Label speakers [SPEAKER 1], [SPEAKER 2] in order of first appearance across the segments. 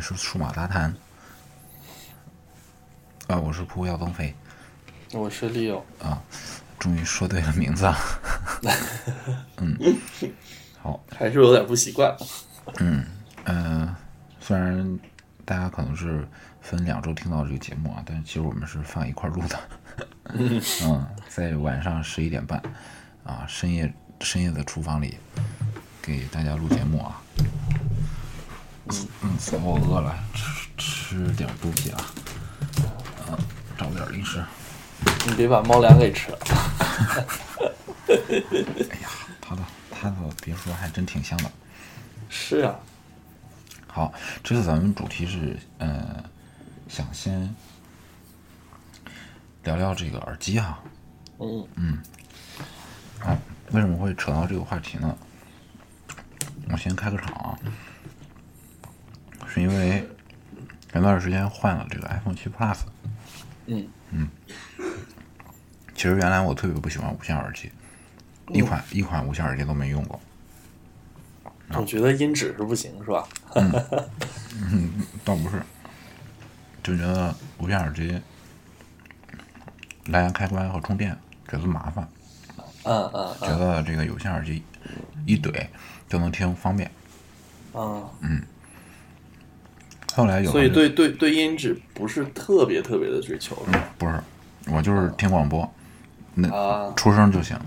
[SPEAKER 1] 是数码杂谈。啊，我是扑耀东飞。
[SPEAKER 2] 我是 Leo。
[SPEAKER 1] 啊，终于说对了名字啊。 嗯，好，
[SPEAKER 2] 还是有点不习惯。
[SPEAKER 1] 嗯，呃，虽然大家可能是分两周听到这个节目啊，但是其实我们是放一块儿录的。嗯，在晚上十一点半啊，深夜深夜的厨房里给大家录节目啊。嗯，所以我饿了，吃吃点东西啊，嗯，找点零食。
[SPEAKER 2] 你别把猫粮给吃了。
[SPEAKER 1] 哎呀，它的它的别说还真挺香的。
[SPEAKER 2] 是啊，
[SPEAKER 1] 好，这次咱们主题是，呃，想先聊聊这个耳机哈、
[SPEAKER 2] 嗯，
[SPEAKER 1] 啊，为什么会扯到这个话题呢？我先开个场啊，是因为前段时间换了这个 iPhone 七 Plus。
[SPEAKER 2] 嗯
[SPEAKER 1] 其实原来我特别不喜欢无线耳机，一款一款无线耳机都没用过。
[SPEAKER 2] 我觉得音质是不行，是吧？
[SPEAKER 1] 倒不是，就觉得无线耳机蓝牙开关和充电觉得麻烦，
[SPEAKER 2] 嗯嗯
[SPEAKER 1] 觉得这个有线耳机一怼就能听方便。
[SPEAKER 2] 嗯
[SPEAKER 1] 后来
[SPEAKER 2] 嗯，
[SPEAKER 1] 有
[SPEAKER 2] 所以
[SPEAKER 1] 了这
[SPEAKER 2] 对对对音质不是特别特别的追求，是吧？
[SPEAKER 1] 不是，我就是听广播，那
[SPEAKER 2] 啊，
[SPEAKER 1] 出声就行。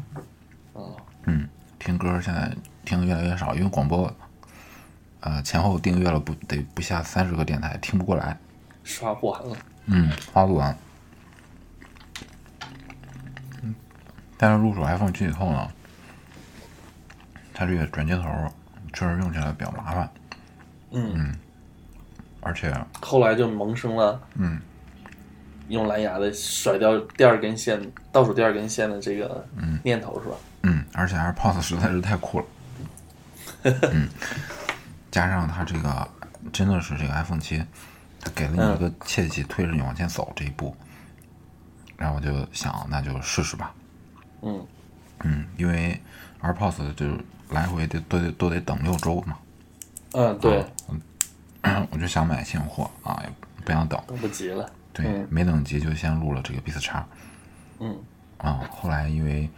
[SPEAKER 2] 嗯
[SPEAKER 1] 嗯，听歌现在听的越来越少，因为广播，呃，前后订阅了不得不下三十个电台，听不过来。
[SPEAKER 2] 刷不完了。
[SPEAKER 1] 嗯，花不完。嗯，但是入手 iPhone 七以后呢，它这个转接头确实用起来比较麻烦，
[SPEAKER 2] 嗯，
[SPEAKER 1] 而且
[SPEAKER 2] 后来就萌生了
[SPEAKER 1] 嗯
[SPEAKER 2] 用蓝牙的甩掉第二根线，倒数第二根线的这个念头，是吧？
[SPEAKER 1] 嗯，而且 AirPods 实在是太 酷了。嗯，加上它这个真的是这个 iPhone 七，它给了你
[SPEAKER 2] 嗯
[SPEAKER 1] 一个切记推着你往前走这一步，然后我就想那就试试吧。
[SPEAKER 2] 嗯
[SPEAKER 1] 嗯，因为 AirPods 就来回得都得都得等六周嘛。嗯
[SPEAKER 2] 嗯，对，
[SPEAKER 1] 我就想买现货啊，也不想等。
[SPEAKER 2] 等不及了。
[SPEAKER 1] 对，
[SPEAKER 2] 嗯
[SPEAKER 1] 没等急就先录了这个 B 四叉
[SPEAKER 2] 嗯
[SPEAKER 1] 啊。后来因为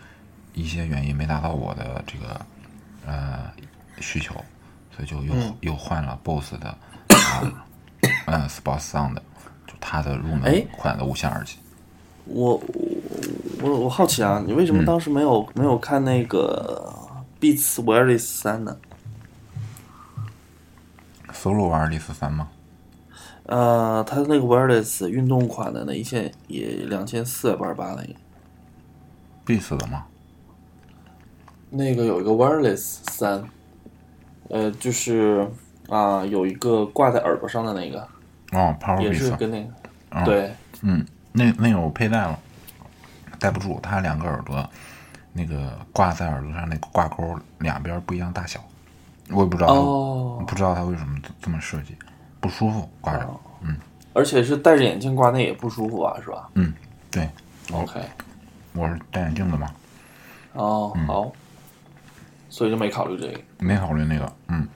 [SPEAKER 1] 一些原因没达到我的这个呃需求，所以就又、
[SPEAKER 2] 嗯
[SPEAKER 1] 又换了 BOSS 的啊嗯 Sports Sound，就它的入
[SPEAKER 2] 哎
[SPEAKER 1] 门款的无线耳机。
[SPEAKER 2] 我我我好奇啊，你为什么当时没有、没有看那个 Beats Wireless 三呢？
[SPEAKER 1] Solo 玩 D 四三吗？
[SPEAKER 2] 呃，它那个 Wireless 运动款的那一线也两千四百八那个，
[SPEAKER 1] b 四的吗？
[SPEAKER 2] 那个有一个 Wireless 三，呃，就是啊、有一个挂在耳朵上的那个，
[SPEAKER 1] 哦，Power
[SPEAKER 2] 也是
[SPEAKER 1] Beats，
[SPEAKER 2] 跟那个、
[SPEAKER 1] 嗯
[SPEAKER 2] 对，
[SPEAKER 1] 嗯，那那个我佩戴了，戴不住，它两个耳朵那个挂在耳朵上那个挂钩两边不一样大小，我也不知道它
[SPEAKER 2] 哦，
[SPEAKER 1] 不知道它为什么这这么设计，不舒服挂着。
[SPEAKER 2] 而且是戴着眼镜挂那也不舒服啊，是吧
[SPEAKER 1] 嗯，对，
[SPEAKER 2] ？OK，
[SPEAKER 1] 我是戴眼镜的嘛，
[SPEAKER 2] 哦，
[SPEAKER 1] 嗯
[SPEAKER 2] 好，所以就没考虑这个，
[SPEAKER 1] 没考虑那个。嗯，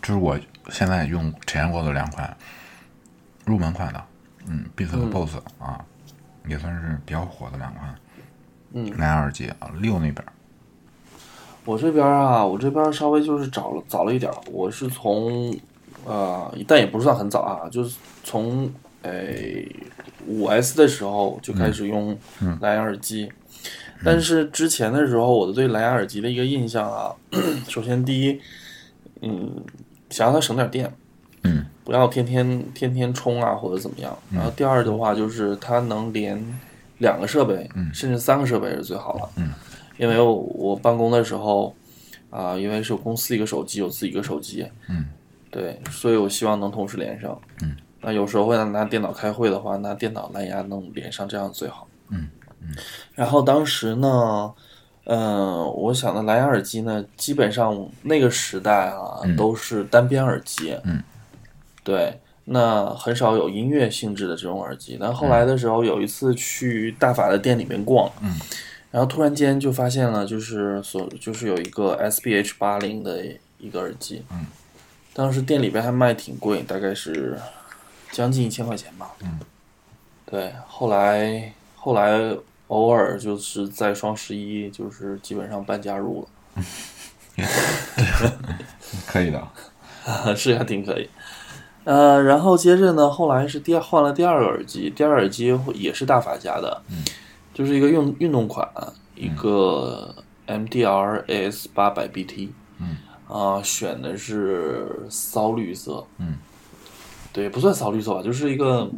[SPEAKER 1] 这是我现在用体验过的两款入门款的，嗯，Beats 和 BOSS、啊，也算是比较火的两款。
[SPEAKER 2] 嗯
[SPEAKER 1] 蓝牙耳机啊，六那边儿，
[SPEAKER 2] 我这边儿啊，我这边儿稍微就是找了早了一点儿，我是从呃，但也不算很早啊，就是从诶五 S 的时候就开始用蓝牙耳机，但是之前的时候，我对蓝牙耳机的一个印象啊， 首先第一，嗯，想让它省点电，
[SPEAKER 1] 嗯，
[SPEAKER 2] 不要天天天天充啊或者怎么样，然后第二的话就是它能连两个设备，甚至三个设备是最好了，嗯。因为我我办公的时候，啊、因为是有公司一个手机，有自己一个手机，
[SPEAKER 1] 嗯，
[SPEAKER 2] 对，所以我希望能同时连上，
[SPEAKER 1] 嗯，
[SPEAKER 2] 那有时候会拿电脑开会的话，拿电脑蓝牙能连上，这样最好，
[SPEAKER 1] 嗯
[SPEAKER 2] 然后当时呢，嗯、我想的蓝牙耳机呢，基本上那个时代啊、都是单边耳机，
[SPEAKER 1] 嗯，
[SPEAKER 2] 对。那很少有音乐性质的这种耳机，但
[SPEAKER 1] 嗯
[SPEAKER 2] 后来的时候有一次去大法的店里面逛，然后突然间就发现了，就是所就是有一个 SBH 八零的一个耳机，嗯，当时店里边还卖挺贵，大概是将近一千块钱吧。嗯，对，后来后来偶尔就是在双十一，就是基本上半价入了。
[SPEAKER 1] 可以的。
[SPEAKER 2] 是还挺可以。呃，然后接着呢，后来是第二换了第二个耳机，第二耳机也是大发家的，
[SPEAKER 1] 嗯
[SPEAKER 2] 就是一个运运动款，一个 MDR AS 八百 BT，
[SPEAKER 1] 嗯
[SPEAKER 2] 啊、选的是骚绿色，
[SPEAKER 1] 嗯
[SPEAKER 2] 对，不算骚绿色吧，就是一个，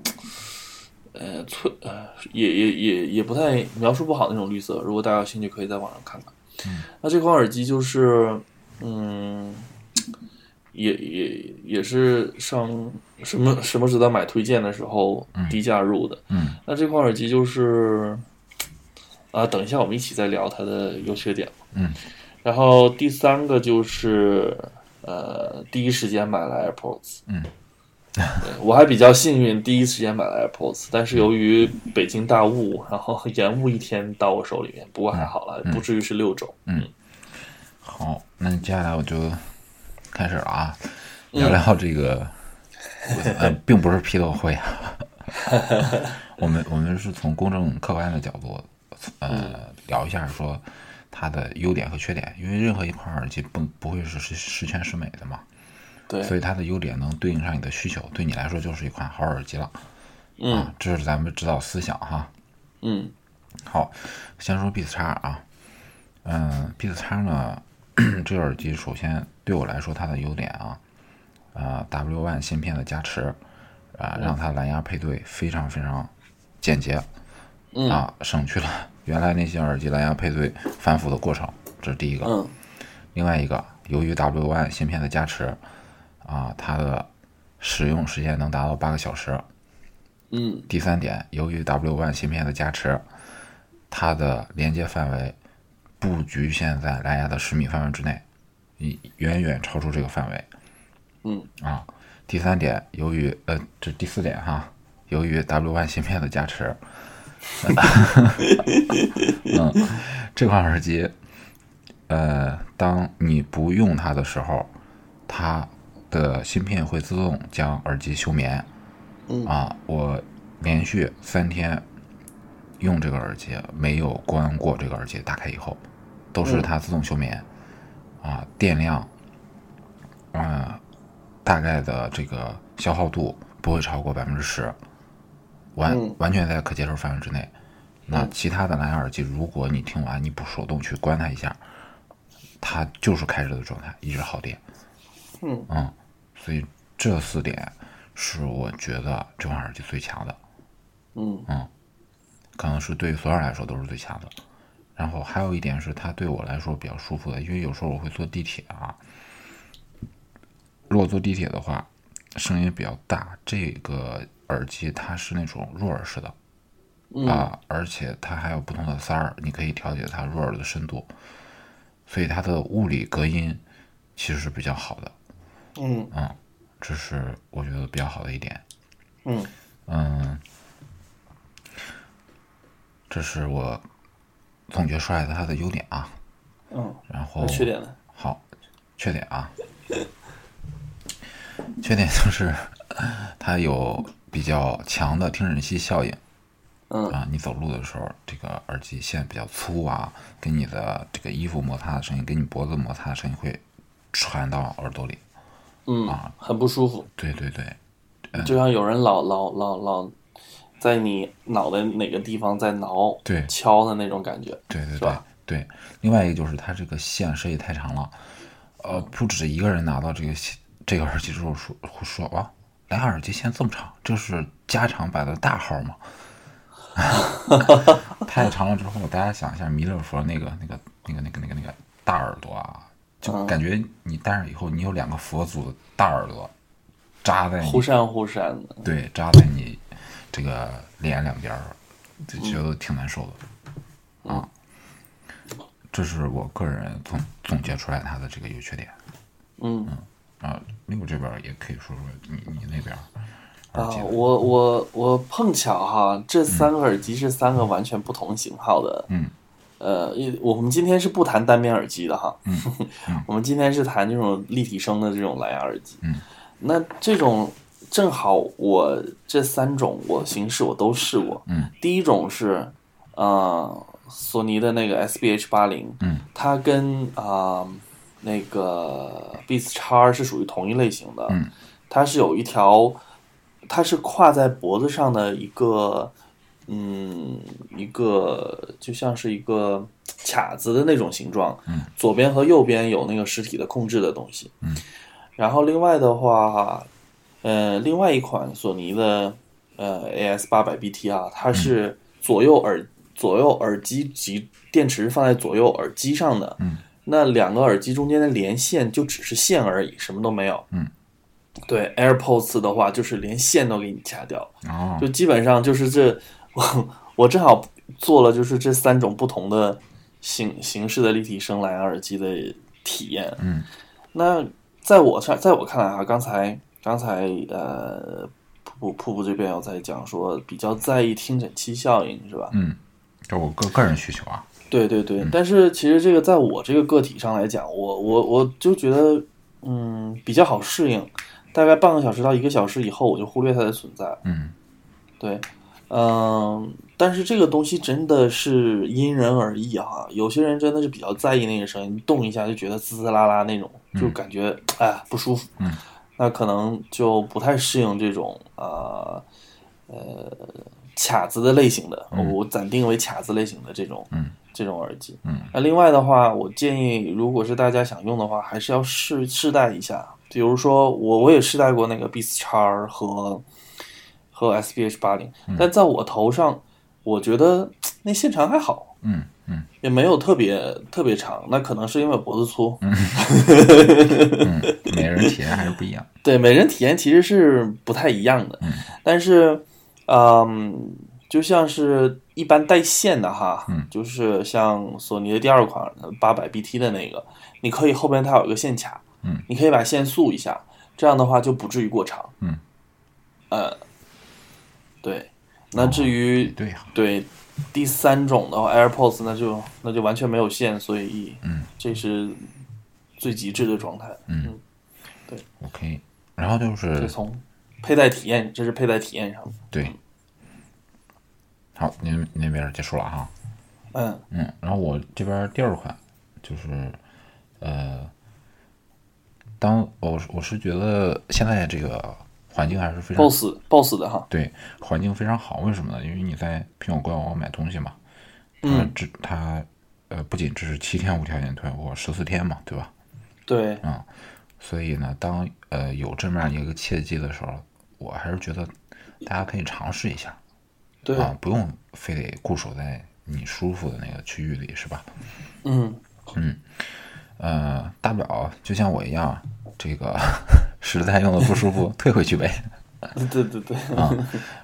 [SPEAKER 2] 呃，翠，呃，也也也也不太描述不好那种绿色。如果大家有兴趣，可以在网上看看。
[SPEAKER 1] 嗯
[SPEAKER 2] 那这款耳机就是，嗯，也也也是上什么什么值得买推荐的时候低价入的。
[SPEAKER 1] 嗯
[SPEAKER 2] 那这款耳机就是，啊，等一下我们一起再聊它的优缺点吧。
[SPEAKER 1] 嗯
[SPEAKER 2] 然后第三个就是，呃，第一时间买了 AirPods。
[SPEAKER 1] 嗯
[SPEAKER 2] 对，我还比较幸运，第一时间买了 AirPods，但是由于北京大雾，然后延误一天到我手里面。不过还好了，不至于是六周。
[SPEAKER 1] 嗯，好，那接下来我就开始了啊，
[SPEAKER 2] 嗯
[SPEAKER 1] 聊聊这个，呃，并不是批斗会啊， 我们我们是从公正客观的角度，
[SPEAKER 2] 嗯
[SPEAKER 1] 呃，聊一下说它的优点和缺点，因为任何一款耳机不不会是十十全十美的嘛，
[SPEAKER 2] 对，
[SPEAKER 1] 所以它的优点能对应上你的需求，对你来说就是一款好耳机了。
[SPEAKER 2] 嗯
[SPEAKER 1] 啊，这是咱们指导思想哈。
[SPEAKER 2] 嗯
[SPEAKER 1] 好，先说 Beats 叉啊，嗯，Beats 叉呢，这个耳机首先对我来说它的优点啊，啊、w One 芯片的加持，啊、让它蓝牙配对非常非常简洁，
[SPEAKER 2] 嗯
[SPEAKER 1] 啊，省去了原来那些耳机蓝牙配对繁复的过程，这是第一个。
[SPEAKER 2] 嗯
[SPEAKER 1] 另外一个，由于 W One 芯片的加持，啊、它的使用时间能达到八个小时。
[SPEAKER 2] 嗯
[SPEAKER 1] 第三点，由于 W One 芯片的加持，它的连接范围不局限在蓝牙的十米范围之内，已远远超出这个范围。
[SPEAKER 2] 嗯
[SPEAKER 1] 啊，第三点，由于呃，这第四点哈，由于 W One 芯片的加持， 嗯，这款耳机，呃，当你不用它的时候，它的芯片会自动将耳机休眠。
[SPEAKER 2] 嗯
[SPEAKER 1] 啊，我连续三天用这个耳机，没有关过这个耳机，打开以后都
[SPEAKER 2] 嗯
[SPEAKER 1] 是它自动休眠。啊，电量，啊，大概的这个消耗度不会超过百分之十，完、
[SPEAKER 2] 嗯
[SPEAKER 1] 完全在可接受范围之内。那其他的蓝牙耳机，如果你听完你不手动去关它一下，它就是开着的状态，一直耗电。
[SPEAKER 2] 嗯
[SPEAKER 1] 所以这四点是我觉得这款耳机最强的，
[SPEAKER 2] 嗯
[SPEAKER 1] 可能是对于所有人来说都是最强的。然后还有一点是它对我来说比较舒服的，因为有时候我会坐地铁啊，如果坐地铁的话，声音比较大，这个耳机它是那种入耳式的。啊，而且它还有不同的塞儿，你可以调节它入耳的深度，所以它的物理隔音其实是比较好的。
[SPEAKER 2] 嗯
[SPEAKER 1] 这是我觉得比较好的一点。
[SPEAKER 2] 嗯
[SPEAKER 1] 嗯，这是我总结出来的它的优点啊。
[SPEAKER 2] 嗯，
[SPEAKER 1] 然后
[SPEAKER 2] 那缺点呢？
[SPEAKER 1] 好，缺点啊，缺点就是它有比较强的听诊器效应。
[SPEAKER 2] 嗯
[SPEAKER 1] 啊，你走路的时候，这个耳机线比较粗啊，跟你的这个衣服摩擦的声音，跟你脖子摩擦的声音会传到耳朵里。
[SPEAKER 2] 嗯，很不舒服，
[SPEAKER 1] 对对对，
[SPEAKER 2] 就像有人老老老老在你脑袋哪个地方在挠、
[SPEAKER 1] 对
[SPEAKER 2] 敲的那种感觉。
[SPEAKER 1] 对对
[SPEAKER 2] 是
[SPEAKER 1] 对
[SPEAKER 2] 吧
[SPEAKER 1] 对，另外一个就是它这个线设计太长了，呃，不止一个人拿到这个线这个耳机之后说会说哇，蓝牙耳机线这么长，这是加长版的大号吗？ 太长了之后，大家想一下弥勒佛那个那个那个那个那个那个大耳朵啊，就
[SPEAKER 2] 嗯
[SPEAKER 1] 感觉你戴上以后，你有两个佛祖的大耳朵扎在你
[SPEAKER 2] 忽闪忽闪的，
[SPEAKER 1] 对，扎在你这个脸两边儿，就觉得挺难受的。啊，这是我个人总总结出来它的这个优缺点
[SPEAKER 2] 嗯，
[SPEAKER 1] 啊。六这边儿也可以说说你你那边儿耳
[SPEAKER 2] 啊
[SPEAKER 1] 机，的
[SPEAKER 2] 我我我碰巧哈，这三个耳机是三个完全不同型号的，
[SPEAKER 1] 嗯嗯
[SPEAKER 2] 呃，因我们今天是不谈单边耳机的哈， 我们今天是谈这种立体声的这种蓝牙耳机。
[SPEAKER 1] 嗯，
[SPEAKER 2] 那这种正好我这三种我形式我都试过。
[SPEAKER 1] 嗯，
[SPEAKER 2] 第一种是呃索尼的那个 SBH 八零，
[SPEAKER 1] 嗯，
[SPEAKER 2] 它跟啊、呃那个 Beats 叉是属于同一类型的。
[SPEAKER 1] 嗯，
[SPEAKER 2] 它是有一条，它是挎在脖子上的一个。嗯，一个就像是一个卡子的那种形状，
[SPEAKER 1] 嗯，
[SPEAKER 2] 左边和右边有那个实体的控制的东西，
[SPEAKER 1] 嗯，
[SPEAKER 2] 然后另外的话，呃，另外一款索尼的呃 AS 八百 BT 啊，它
[SPEAKER 1] 嗯
[SPEAKER 2] 是左右耳、左右耳机及电池放在左右耳机上的，
[SPEAKER 1] 嗯，
[SPEAKER 2] 那两个耳机中间的连线就只是线而已，什么都没有，
[SPEAKER 1] 嗯，
[SPEAKER 2] 对 AirPods 的话就是连线都给你掐掉，
[SPEAKER 1] 哦
[SPEAKER 2] 就，基本上就是这， 我我正好做了就是这三种不同的形形式的立体声蓝牙耳机的体验。
[SPEAKER 1] 嗯，
[SPEAKER 2] 那在我看，在我看来啊，刚才刚才呃，瀑布瀑布这边有在讲说比较在意听诊器效应是吧？
[SPEAKER 1] 嗯，这我个个人需求啊，
[SPEAKER 2] 对对对，但是其实这个在我这个个体上来讲，我我我就觉得嗯比较好适应，大概半个小时到一个小时以后，我就忽略它的存在了。
[SPEAKER 1] 嗯
[SPEAKER 2] 对，嗯，但是这个东西真的是因人而异哈、有些人真的是比较在意那个声音，动一下就觉得滋滋啦啦那种，就感觉哎不舒服。
[SPEAKER 1] 嗯
[SPEAKER 2] 那可能就不太适应这种啊呃卡子的类型的，我暂定为卡子类型的这种
[SPEAKER 1] 嗯
[SPEAKER 2] 这种耳机。
[SPEAKER 1] 嗯
[SPEAKER 2] 那另外的话，我建议如果是大家想用的话，还是要试试戴一下。比如说我我也试戴过那个 Beats 叉和和 SBH 八零，
[SPEAKER 1] 嗯
[SPEAKER 2] 但在我头上，我觉得那线长还好，
[SPEAKER 1] 嗯嗯
[SPEAKER 2] 也没有特别特别长，那可能是因为我脖子粗。
[SPEAKER 1] 嗯，每人体验还是不一样。
[SPEAKER 2] 对，每人体验其实是不太一样的，但是，嗯，就像是一般带线的哈，
[SPEAKER 1] 嗯
[SPEAKER 2] 就是像索尼的第二款八百 BT 的那个，你可以后边它有一个线卡，
[SPEAKER 1] 嗯，
[SPEAKER 2] 你可以把线束一下，这样的话就不至于过长，
[SPEAKER 1] 嗯，哦
[SPEAKER 2] 呃，对，那至于、
[SPEAKER 1] 对呀、
[SPEAKER 2] 对第三种的话，AirPods 那就那就完全没有线，所以
[SPEAKER 1] 嗯，
[SPEAKER 2] 这是最极致的状态，
[SPEAKER 1] o k 然后就是
[SPEAKER 2] 就从佩戴体验，这是佩戴体验上。
[SPEAKER 1] 对，好，您那边结束了哈。
[SPEAKER 2] 嗯
[SPEAKER 1] 嗯，然后我这边第二款就是，呃，当我是我是觉得现在这个环境还是非常
[SPEAKER 2] ，boss boss 的哈，
[SPEAKER 1] 对环境非常好，为什么呢？因为你在苹果官网买东西嘛，它
[SPEAKER 2] 嗯，
[SPEAKER 1] 只它呃不仅只是七天无条件退货，十四天嘛，对吧？
[SPEAKER 2] 对，
[SPEAKER 1] 所以呢，当呃有这么样一个契机的时候，我还是觉得大家可以尝试一下，
[SPEAKER 2] 对，
[SPEAKER 1] 啊，不用非得固守在你舒服的那个区域里，是吧？
[SPEAKER 2] 嗯，
[SPEAKER 1] 呃，大不了就像我一样，这个 实在用的不舒 服退回去呗。嗯
[SPEAKER 2] 对对对，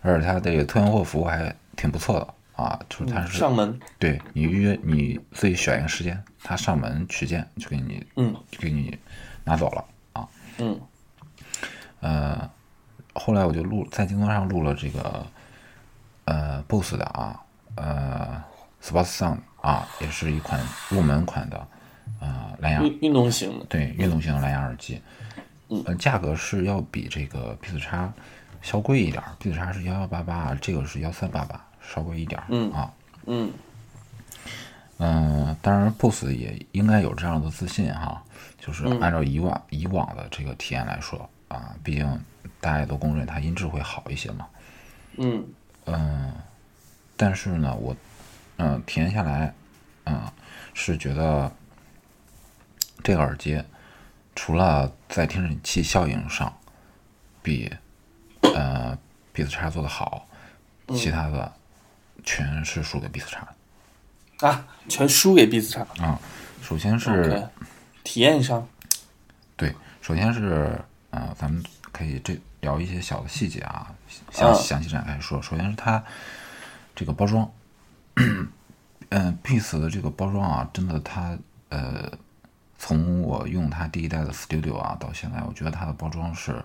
[SPEAKER 1] 而且它这个退换货服务还挺不错的啊，就是它是、
[SPEAKER 2] 嗯上门，
[SPEAKER 1] 对你预约你自己选一个时间，它上门取件就给你
[SPEAKER 2] 嗯
[SPEAKER 1] 就给你拿走了啊。
[SPEAKER 2] 嗯
[SPEAKER 1] 呃，后来我就录在京东上录了这个呃 BOSS 的啊，呃 Sports Sound 啊，也是一款入门款的呃蓝牙
[SPEAKER 2] 运运动型的，
[SPEAKER 1] 对运动型的蓝牙耳机，嗯、呃，价格是要比这个 P 四叉稍贵一点，P 四叉是幺幺八八，这个是幺三八八，稍贵一点儿
[SPEAKER 2] 嗯
[SPEAKER 1] 啊。
[SPEAKER 2] 嗯
[SPEAKER 1] 嗯、当然 BOSS 也应该有这样的自信哈，就是
[SPEAKER 2] 嗯
[SPEAKER 1] 按照以往、以往的这个体验来说啊，毕竟大家也都公认它音质会好一些嘛。呃
[SPEAKER 2] 嗯
[SPEAKER 1] 但是呢，我嗯、体验下来，嗯、是觉得这个耳机除了在听诊器效应上比呃 Beats 叉做的好，其他的全是输给 Beats 叉的
[SPEAKER 2] 啊，全输给 B 四叉
[SPEAKER 1] 啊。首先是
[SPEAKER 2] ，OK，体验上，
[SPEAKER 1] 对，首先是呃，咱们可以这聊一些小的细节啊，详
[SPEAKER 2] 嗯
[SPEAKER 1] 详细展开说。首先是它这个包装，嗯，Peace 的这个包装啊，真的它呃，从我用它第一代的 Studio 啊到现在，我觉得它的包装是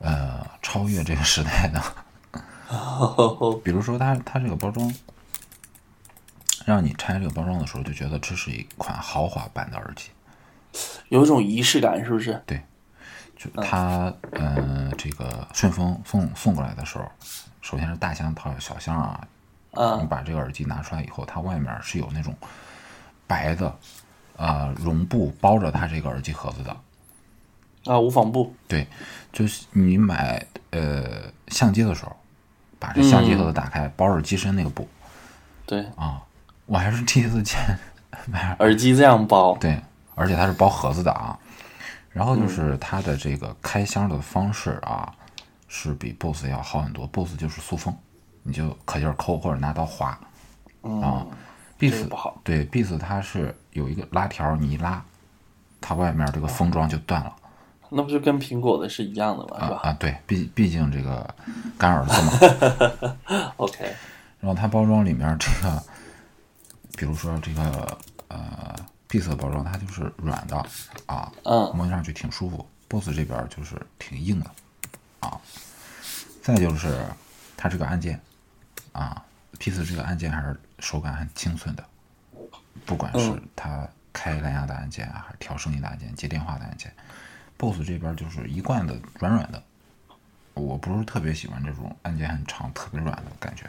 [SPEAKER 1] 呃超越这个时
[SPEAKER 2] 哦
[SPEAKER 1] 代的。比如说它它这个包装，让你拆这个包装的时候，就觉得这是一款豪华版的耳机。
[SPEAKER 2] 有一种仪式感，是不是？
[SPEAKER 1] 对，就他嗯、呃这个顺丰送送过来的时候，首先是大箱套小箱啊，你
[SPEAKER 2] 啊，
[SPEAKER 1] 把这个耳机拿出来以后，它外面是有那种白的啊、呃绒布包着它这个耳机盒子的。
[SPEAKER 2] 啊，无纺布，
[SPEAKER 1] 对，就是你买呃相机的时候，把这相机盒子打开，包着机身那个布
[SPEAKER 2] 对，
[SPEAKER 1] 啊，我还是第一次见买
[SPEAKER 2] 耳机这样包，
[SPEAKER 1] 对，而且它是包盒子的啊。然后就是它的这个开箱的方式啊，是比 BOSS 要好很多。BOSS 就是塑封，你就可劲儿抠或者拿刀划。
[SPEAKER 2] 嗯，
[SPEAKER 1] b
[SPEAKER 2] 这
[SPEAKER 1] s
[SPEAKER 2] 个不好
[SPEAKER 1] 对 b s 它是有一个拉条，你一拉，它外面这个封装就断了。
[SPEAKER 2] 那不就跟苹果的是一样的嘛，是
[SPEAKER 1] 啊
[SPEAKER 2] 吧
[SPEAKER 1] 啊，对，毕毕竟这个干耳朵 嘛，啊
[SPEAKER 2] ？OK，
[SPEAKER 1] 然后它包装里面这个，比如说这个呃 b s 包装它就是软的啊，
[SPEAKER 2] 嗯，
[SPEAKER 1] 摸上去挺舒服。BOSS 这边就是挺硬的，啊，再就是它这个按键，啊，PS 这个按键还是手感很清脆的，不管是它开蓝牙的按键啊，还是调声音的按键、接电话的按键，BOSS 这边就是一贯的软软的。我不是特别喜欢这种按键很长、特别软的感觉。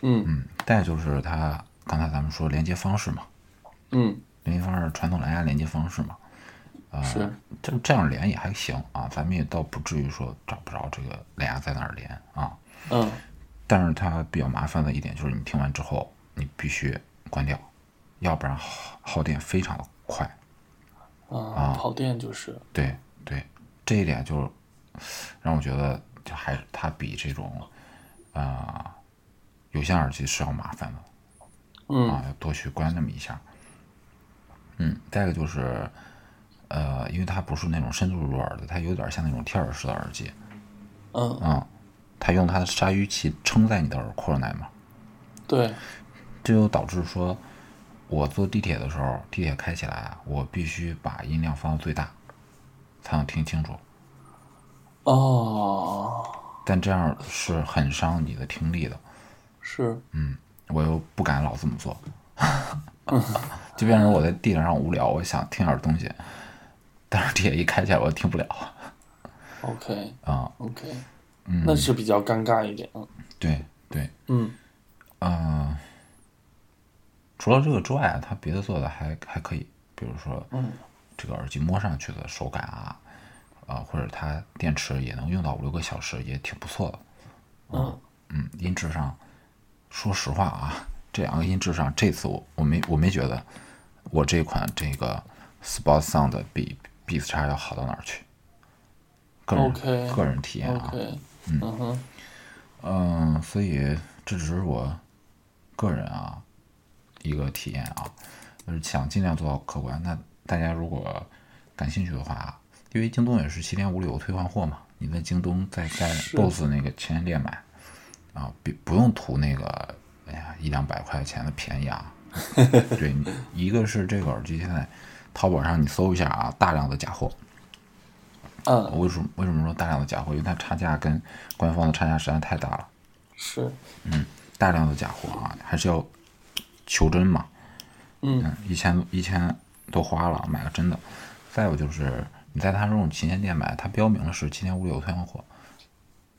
[SPEAKER 2] 嗯
[SPEAKER 1] 嗯，再就是它刚才咱们说连接方式嘛，
[SPEAKER 2] 嗯，
[SPEAKER 1] 联系方式传统蓝牙连接方式嘛，啊、
[SPEAKER 2] 是
[SPEAKER 1] 这这样连也还行啊，咱们也倒不至于说找不着这个蓝牙在哪儿连啊。
[SPEAKER 2] 嗯，
[SPEAKER 1] 但是它比较麻烦的一点就是，你听完之后你必须关掉，要不然耗耗电非常的快。
[SPEAKER 2] 啊，跑电就是，
[SPEAKER 1] 对对，这一点就让我觉得，就还是它比这种啊、呃有线耳机是要麻烦的。
[SPEAKER 2] 嗯
[SPEAKER 1] 啊，要多去关那么一下。嗯，再一个就是，呃，因为它不是那种深度入耳的，它有点像那种贴耳式的耳机，
[SPEAKER 2] 嗯，
[SPEAKER 1] 嗯，它用它的鲨鱼鳍撑在你的耳廓那嘛，
[SPEAKER 2] 对，
[SPEAKER 1] 这就导致说，我坐地铁的时候，地铁开起来啊，我必须把音量放到最大，才能听清楚，
[SPEAKER 2] 哦，
[SPEAKER 1] 但这样是很伤你的听力的，
[SPEAKER 2] 是，
[SPEAKER 1] 我又不敢老这么做， 就变成我在地铁上无聊，我想听点东西，但是地铁一开起来我听不了
[SPEAKER 2] OK
[SPEAKER 1] 啊、嗯
[SPEAKER 2] OK，那是比较尴尬一点，
[SPEAKER 1] 对对，
[SPEAKER 2] 嗯
[SPEAKER 1] 嗯、除了这个之外啊，它别的做的还还可以，比如说，
[SPEAKER 2] 嗯
[SPEAKER 1] 这个耳机摸上去的手感啊，啊、或者它电池也能用到五六个小时，也挺不错的。
[SPEAKER 2] 嗯
[SPEAKER 1] 嗯，音质上，说实话啊，这两个音质上，这次我我没我没觉得我这款这个 Sport Sound 比 Beats 叉要好到哪儿去。个人
[SPEAKER 2] OK
[SPEAKER 1] 个人体验啊，
[SPEAKER 2] ，OK，嗯哼，
[SPEAKER 1] 嗯，所以这只是我个人啊一个体验啊，就是想尽量做到客观。那大家如果感兴趣的话，因为京东也是七天无理由退换货嘛，你在京东再在
[SPEAKER 2] 是
[SPEAKER 1] BOSS 那个旗舰店买啊，不不用图那个哎呀一两百块钱的便宜 啊。对，你一个是这个耳机现在淘宝上你搜一下啊，大量的假货，
[SPEAKER 2] 嗯，
[SPEAKER 1] 为什么为什么说大量的假货？因为它差价跟官方的差价实在太大了。啊
[SPEAKER 2] 是，
[SPEAKER 1] 大量的假货啊，还是要求真嘛。
[SPEAKER 2] 嗯，
[SPEAKER 1] 嗯，一千一千都花了，买个真的。再有就是你在他这种旗舰店买，它标明的是七天无理由退换货。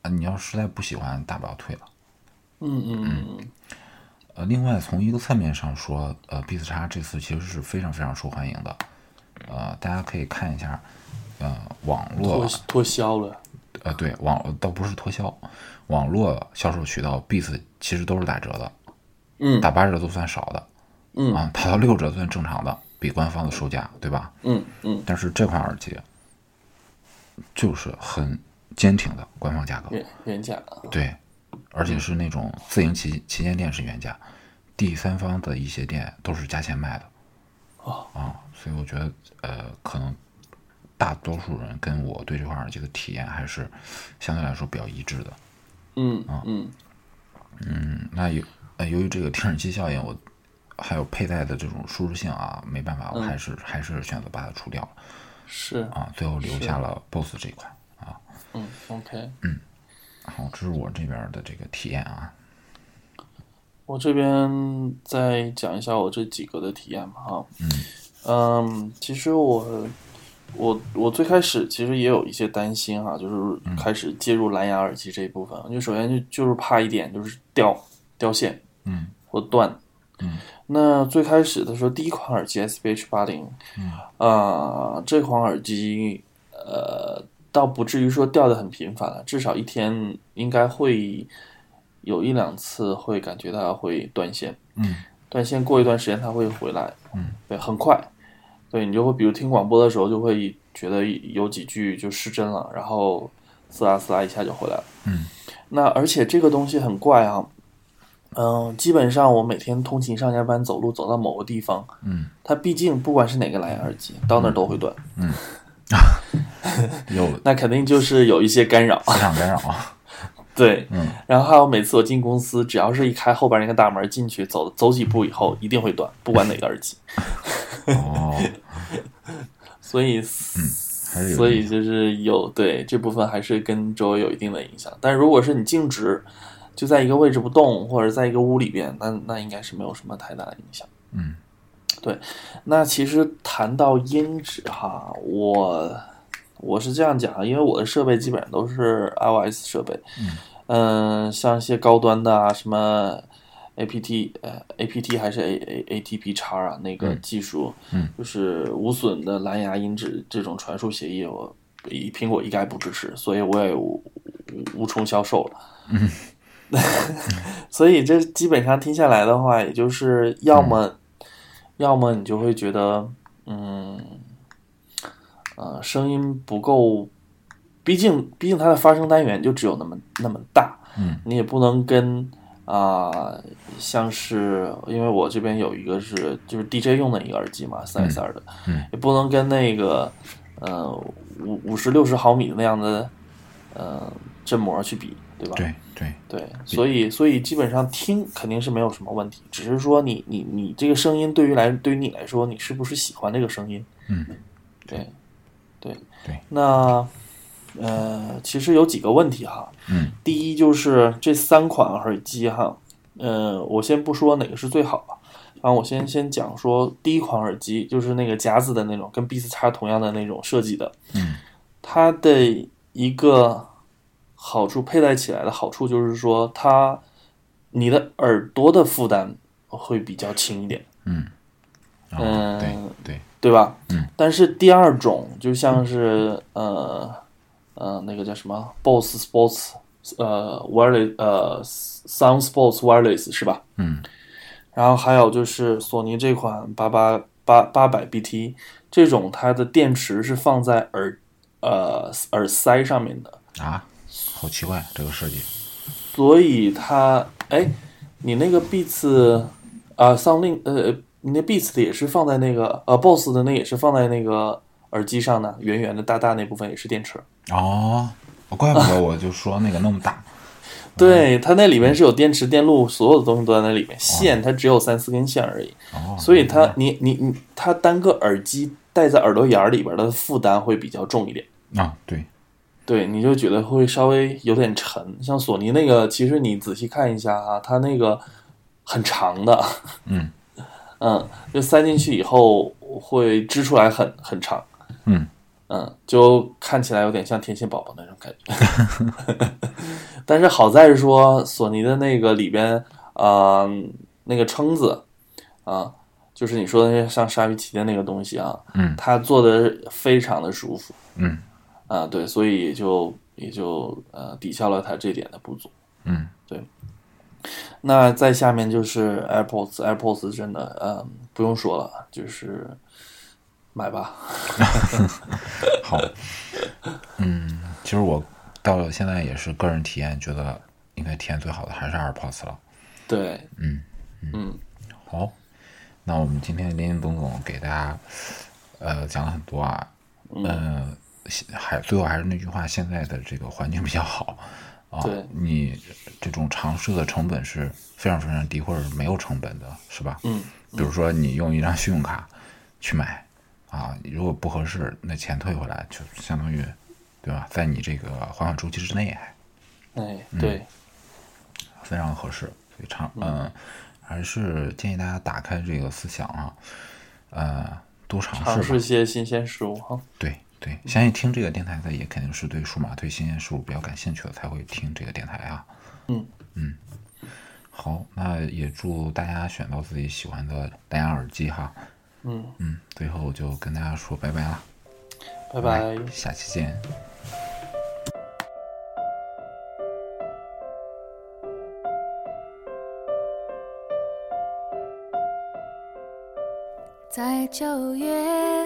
[SPEAKER 1] 啊，你要实在不喜欢，大不了退了。
[SPEAKER 2] 嗯嗯嗯，
[SPEAKER 1] 呃，另外从一个侧面上说，呃，B 四叉这次其实是非常非常受欢迎的。呃，大家可以看一下，呃，网
[SPEAKER 2] 脱
[SPEAKER 1] 络
[SPEAKER 2] 脱销了，
[SPEAKER 1] 呃，对网倒不是脱销，网络销售渠道 B 四其实都是打折的，
[SPEAKER 2] 嗯
[SPEAKER 1] 打八折都算少的，
[SPEAKER 2] 嗯
[SPEAKER 1] 啊，打到六折算正常的，比官方的售价对吧？
[SPEAKER 2] 嗯嗯，
[SPEAKER 1] 但是这款耳机就是很坚挺的官方价格，
[SPEAKER 2] 原原价啊，
[SPEAKER 1] 对，而且是那种自营旗旗舰店是原价，第三方的一些店都是加钱卖的，
[SPEAKER 2] 哦
[SPEAKER 1] 啊，所以我觉得呃，可能大多数人跟我对这款耳机的体验还是相对来说比较一致的。
[SPEAKER 2] 嗯
[SPEAKER 1] 啊
[SPEAKER 2] 嗯
[SPEAKER 1] 那由呃，由于这个听耳机效应，我还有佩戴的这种舒适性啊，没办
[SPEAKER 2] 嗯
[SPEAKER 1] 法，我还是、还是选择把它除掉了
[SPEAKER 2] 是，
[SPEAKER 1] 啊，最后留下了 BOSS 这一款啊。
[SPEAKER 2] 嗯 OK，
[SPEAKER 1] 好，这是我这边的这个体验啊。
[SPEAKER 2] 我这边再讲一下我这几个的体验吧，哈，嗯，其实我我我最开始其实也有一些担心哈、就是
[SPEAKER 1] 嗯
[SPEAKER 2] 开始介入蓝牙耳机这一部分，因为首先就就是怕一点就是掉掉线，
[SPEAKER 1] 嗯，
[SPEAKER 2] 或断，
[SPEAKER 1] 嗯，
[SPEAKER 2] 那最开始的时候，第一款耳机 SPH 八零，
[SPEAKER 1] 嗯，
[SPEAKER 2] 啊，这款耳机呃倒不至于说掉的很频繁了，至少一天应该会有一两次会感觉它会断线，
[SPEAKER 1] 嗯
[SPEAKER 2] 断线过一段时间它会回来，
[SPEAKER 1] 嗯，
[SPEAKER 2] 对，很快，对你就会比如听广播的时候就会觉得有几句就失真了，然后撕拉撕啊拉一下就回来了。
[SPEAKER 1] 嗯，
[SPEAKER 2] 那而且这个东西很怪啊，嗯、基本上我每天通勤上下班走路走到某个地方，
[SPEAKER 1] 嗯
[SPEAKER 2] 它毕竟不管是哪个蓝牙耳机，到那儿都会断，
[SPEAKER 1] 有
[SPEAKER 2] 那肯定就是有一些干扰。
[SPEAKER 1] 磁场干扰 啊，
[SPEAKER 2] 对，
[SPEAKER 1] 嗯
[SPEAKER 2] 然后还有每次我进公司，只要是一开后边那个大门进去，走走几步以后一定会断，不管哪个耳机。
[SPEAKER 1] 哦，
[SPEAKER 2] 所以，
[SPEAKER 1] 嗯还是有
[SPEAKER 2] 所
[SPEAKER 1] 影
[SPEAKER 2] 以就是有对这部分还是跟周围有一定的影响。但如果是你静止，就在一个位置不动，或者在一个屋里边，那那应该是没有什么太大的影响。
[SPEAKER 1] 嗯
[SPEAKER 2] 那其实谈到音质哈，我我是这样讲，啊因为我的设备基本上都是 iOS 设备，嗯、像一些高端的啊，什么 APT 呃 APT 还是 A A ATP 叉啊，那个技术，
[SPEAKER 1] 嗯
[SPEAKER 2] 就是无损的蓝牙音质这种传输协议，我以苹果一概不支持，所以我也无无无从销售了。 所以这基本上听下来的话，也就是要
[SPEAKER 1] 嗯
[SPEAKER 2] 么、要么你就会觉得，嗯，呃，声音不够，毕竟毕竟它的发声单元就只有那么那么大，
[SPEAKER 1] 嗯，
[SPEAKER 2] 你也不能跟啊、像是因为我这边有一个是就是 DJ 用的一个耳机嘛，三 S 二的，
[SPEAKER 1] 嗯
[SPEAKER 2] 也不能跟那个呃五五十六十毫米那样的呃振膜去比，对吧？
[SPEAKER 1] 对对，
[SPEAKER 2] 对，所以所以基本上听肯定是没有什么问题，只是说你你你这个声音对于来对于你来说，你是不是喜欢这个声音？
[SPEAKER 1] 嗯，
[SPEAKER 2] 对，对
[SPEAKER 1] 对。
[SPEAKER 2] 那呃，其实有几个问题哈。
[SPEAKER 1] 嗯
[SPEAKER 2] 第一就是这三款耳机哈，呃，我先不说哪个是最好吧，然后我先先讲说第一款耳机，就是那个夹子的那种，跟 B 四叉同样的那种设计的，
[SPEAKER 1] 嗯
[SPEAKER 2] 它的一个好处，佩戴起来的好处就是说，它你的耳朵的负担会比较轻一点，
[SPEAKER 1] 嗯，哦
[SPEAKER 2] 嗯
[SPEAKER 1] 对对，
[SPEAKER 2] 对吧？
[SPEAKER 1] 嗯。
[SPEAKER 2] 但是第二种就像是呃呃那个叫什么 Boss Sports 呃 Wireless 呃 Sound Sports Wireless 是吧？
[SPEAKER 1] 嗯
[SPEAKER 2] 然后还有就是索尼这款八八八八百 BT 这种，它的电池是放在耳呃耳塞上面的，
[SPEAKER 1] 啊，好奇怪这个设计，
[SPEAKER 2] 所以它，哎，你那个 Beats 啊、s o u n d l i n 呃，你那 Beats 的也是放在那个呃 Boss 的那也是放在那个耳机上的，圆圆的大大那部分也是电池。
[SPEAKER 1] 哦，怪不得我就说那个那么大，
[SPEAKER 2] 对，它那里面是有电池、电路，所有的东西都在那里面。线它只有三四根线而已，
[SPEAKER 1] 哦，
[SPEAKER 2] 所以它你你你它单个耳机戴在耳朵眼儿里边的负担会比较重一点。
[SPEAKER 1] 啊对，
[SPEAKER 2] 对，你就觉得会稍微有点沉。像索尼那个，其实你仔细看一下啊，它那个很长的，
[SPEAKER 1] 嗯
[SPEAKER 2] 嗯，就塞进去以后会织出来很很长，
[SPEAKER 1] 嗯
[SPEAKER 2] 嗯，就看起来有点像天线宝宝那种感觉。 但是好在是说索尼的那个里边，呃，那个撑子啊、就是你说的那些像鲨鱼鳍的那个东西啊，
[SPEAKER 1] 嗯
[SPEAKER 2] 它做的非常的舒服
[SPEAKER 1] 嗯
[SPEAKER 2] 啊、对，所以也就也就呃抵消了它这点的不足。
[SPEAKER 1] 嗯
[SPEAKER 2] 那再下面就是 AirPods，AirPods 真的，嗯，不用说了，就是买吧。
[SPEAKER 1] 好，嗯，其实我到了现在也是个人体验，觉得应该体验最好的还是 AirPods 了。
[SPEAKER 2] 对，
[SPEAKER 1] 嗯
[SPEAKER 2] 嗯，
[SPEAKER 1] 好，那我们今天林林总总给大家呃讲了很多啊，
[SPEAKER 2] 嗯
[SPEAKER 1] 呃，现还最后还是那句话，现在的这个环境比较好啊
[SPEAKER 2] 对，
[SPEAKER 1] 你这种尝试的成本是非常非常低，或者没有成本的，是吧？
[SPEAKER 2] 嗯，
[SPEAKER 1] 比如说你用一张信用卡去买啊，如果不合适，那钱退回来，就相当于对吧，在你这个还款周期之内还
[SPEAKER 2] 哎，对，
[SPEAKER 1] 非常合适。所以长嗯、还是建议大家打开这个思想啊，呃，多尝
[SPEAKER 2] 尝
[SPEAKER 1] 试吧。
[SPEAKER 2] 试一些新鲜事物哈。
[SPEAKER 1] 对对，相信听这个电台的也肯定是对数码、对新鲜事物比较感兴趣的，才会听这个电台啊。
[SPEAKER 2] 嗯
[SPEAKER 1] 嗯，好，那也祝大家选到自己喜欢的蓝牙耳机哈。
[SPEAKER 2] 嗯，
[SPEAKER 1] 嗯，最后就跟大家说拜拜了，
[SPEAKER 2] 拜拜。
[SPEAKER 1] 下期见。
[SPEAKER 3] 在九月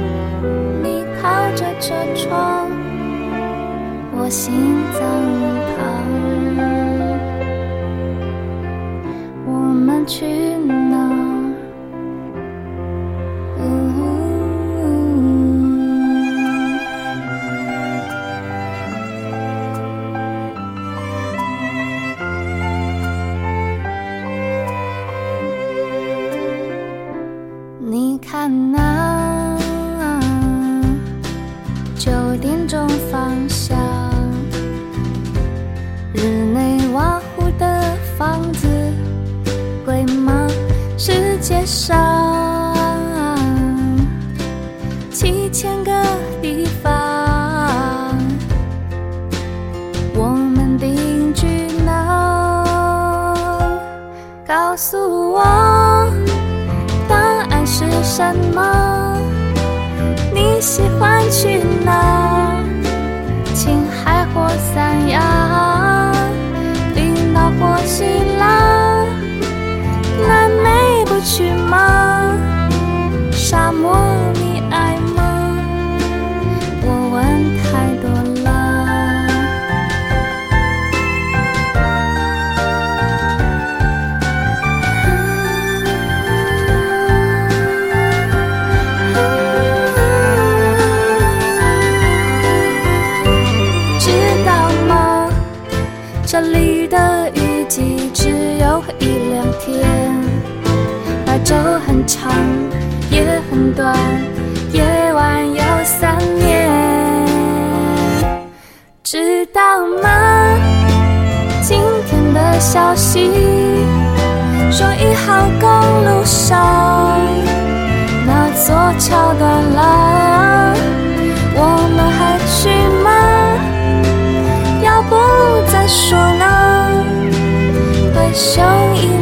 [SPEAKER 3] 你靠着车窗，我心脏旁。我们去哪儿？嗯你看那、九点钟方向，日内瓦湖的房子贵吗？世界上七千个地方，我们定居哪？告诉我。答案是什么？你喜欢去哪？青海或三亚，冰岛或希腊，南美不去吗？沙漠你爱吗？我问太多了。知道吗？这里的雨季只有一两天，白昼很长，也很短，夜晚有三年。知道吗？今天的消息说一号公路上。那座桥断了，我们还去吗？要不再说呢？对胸一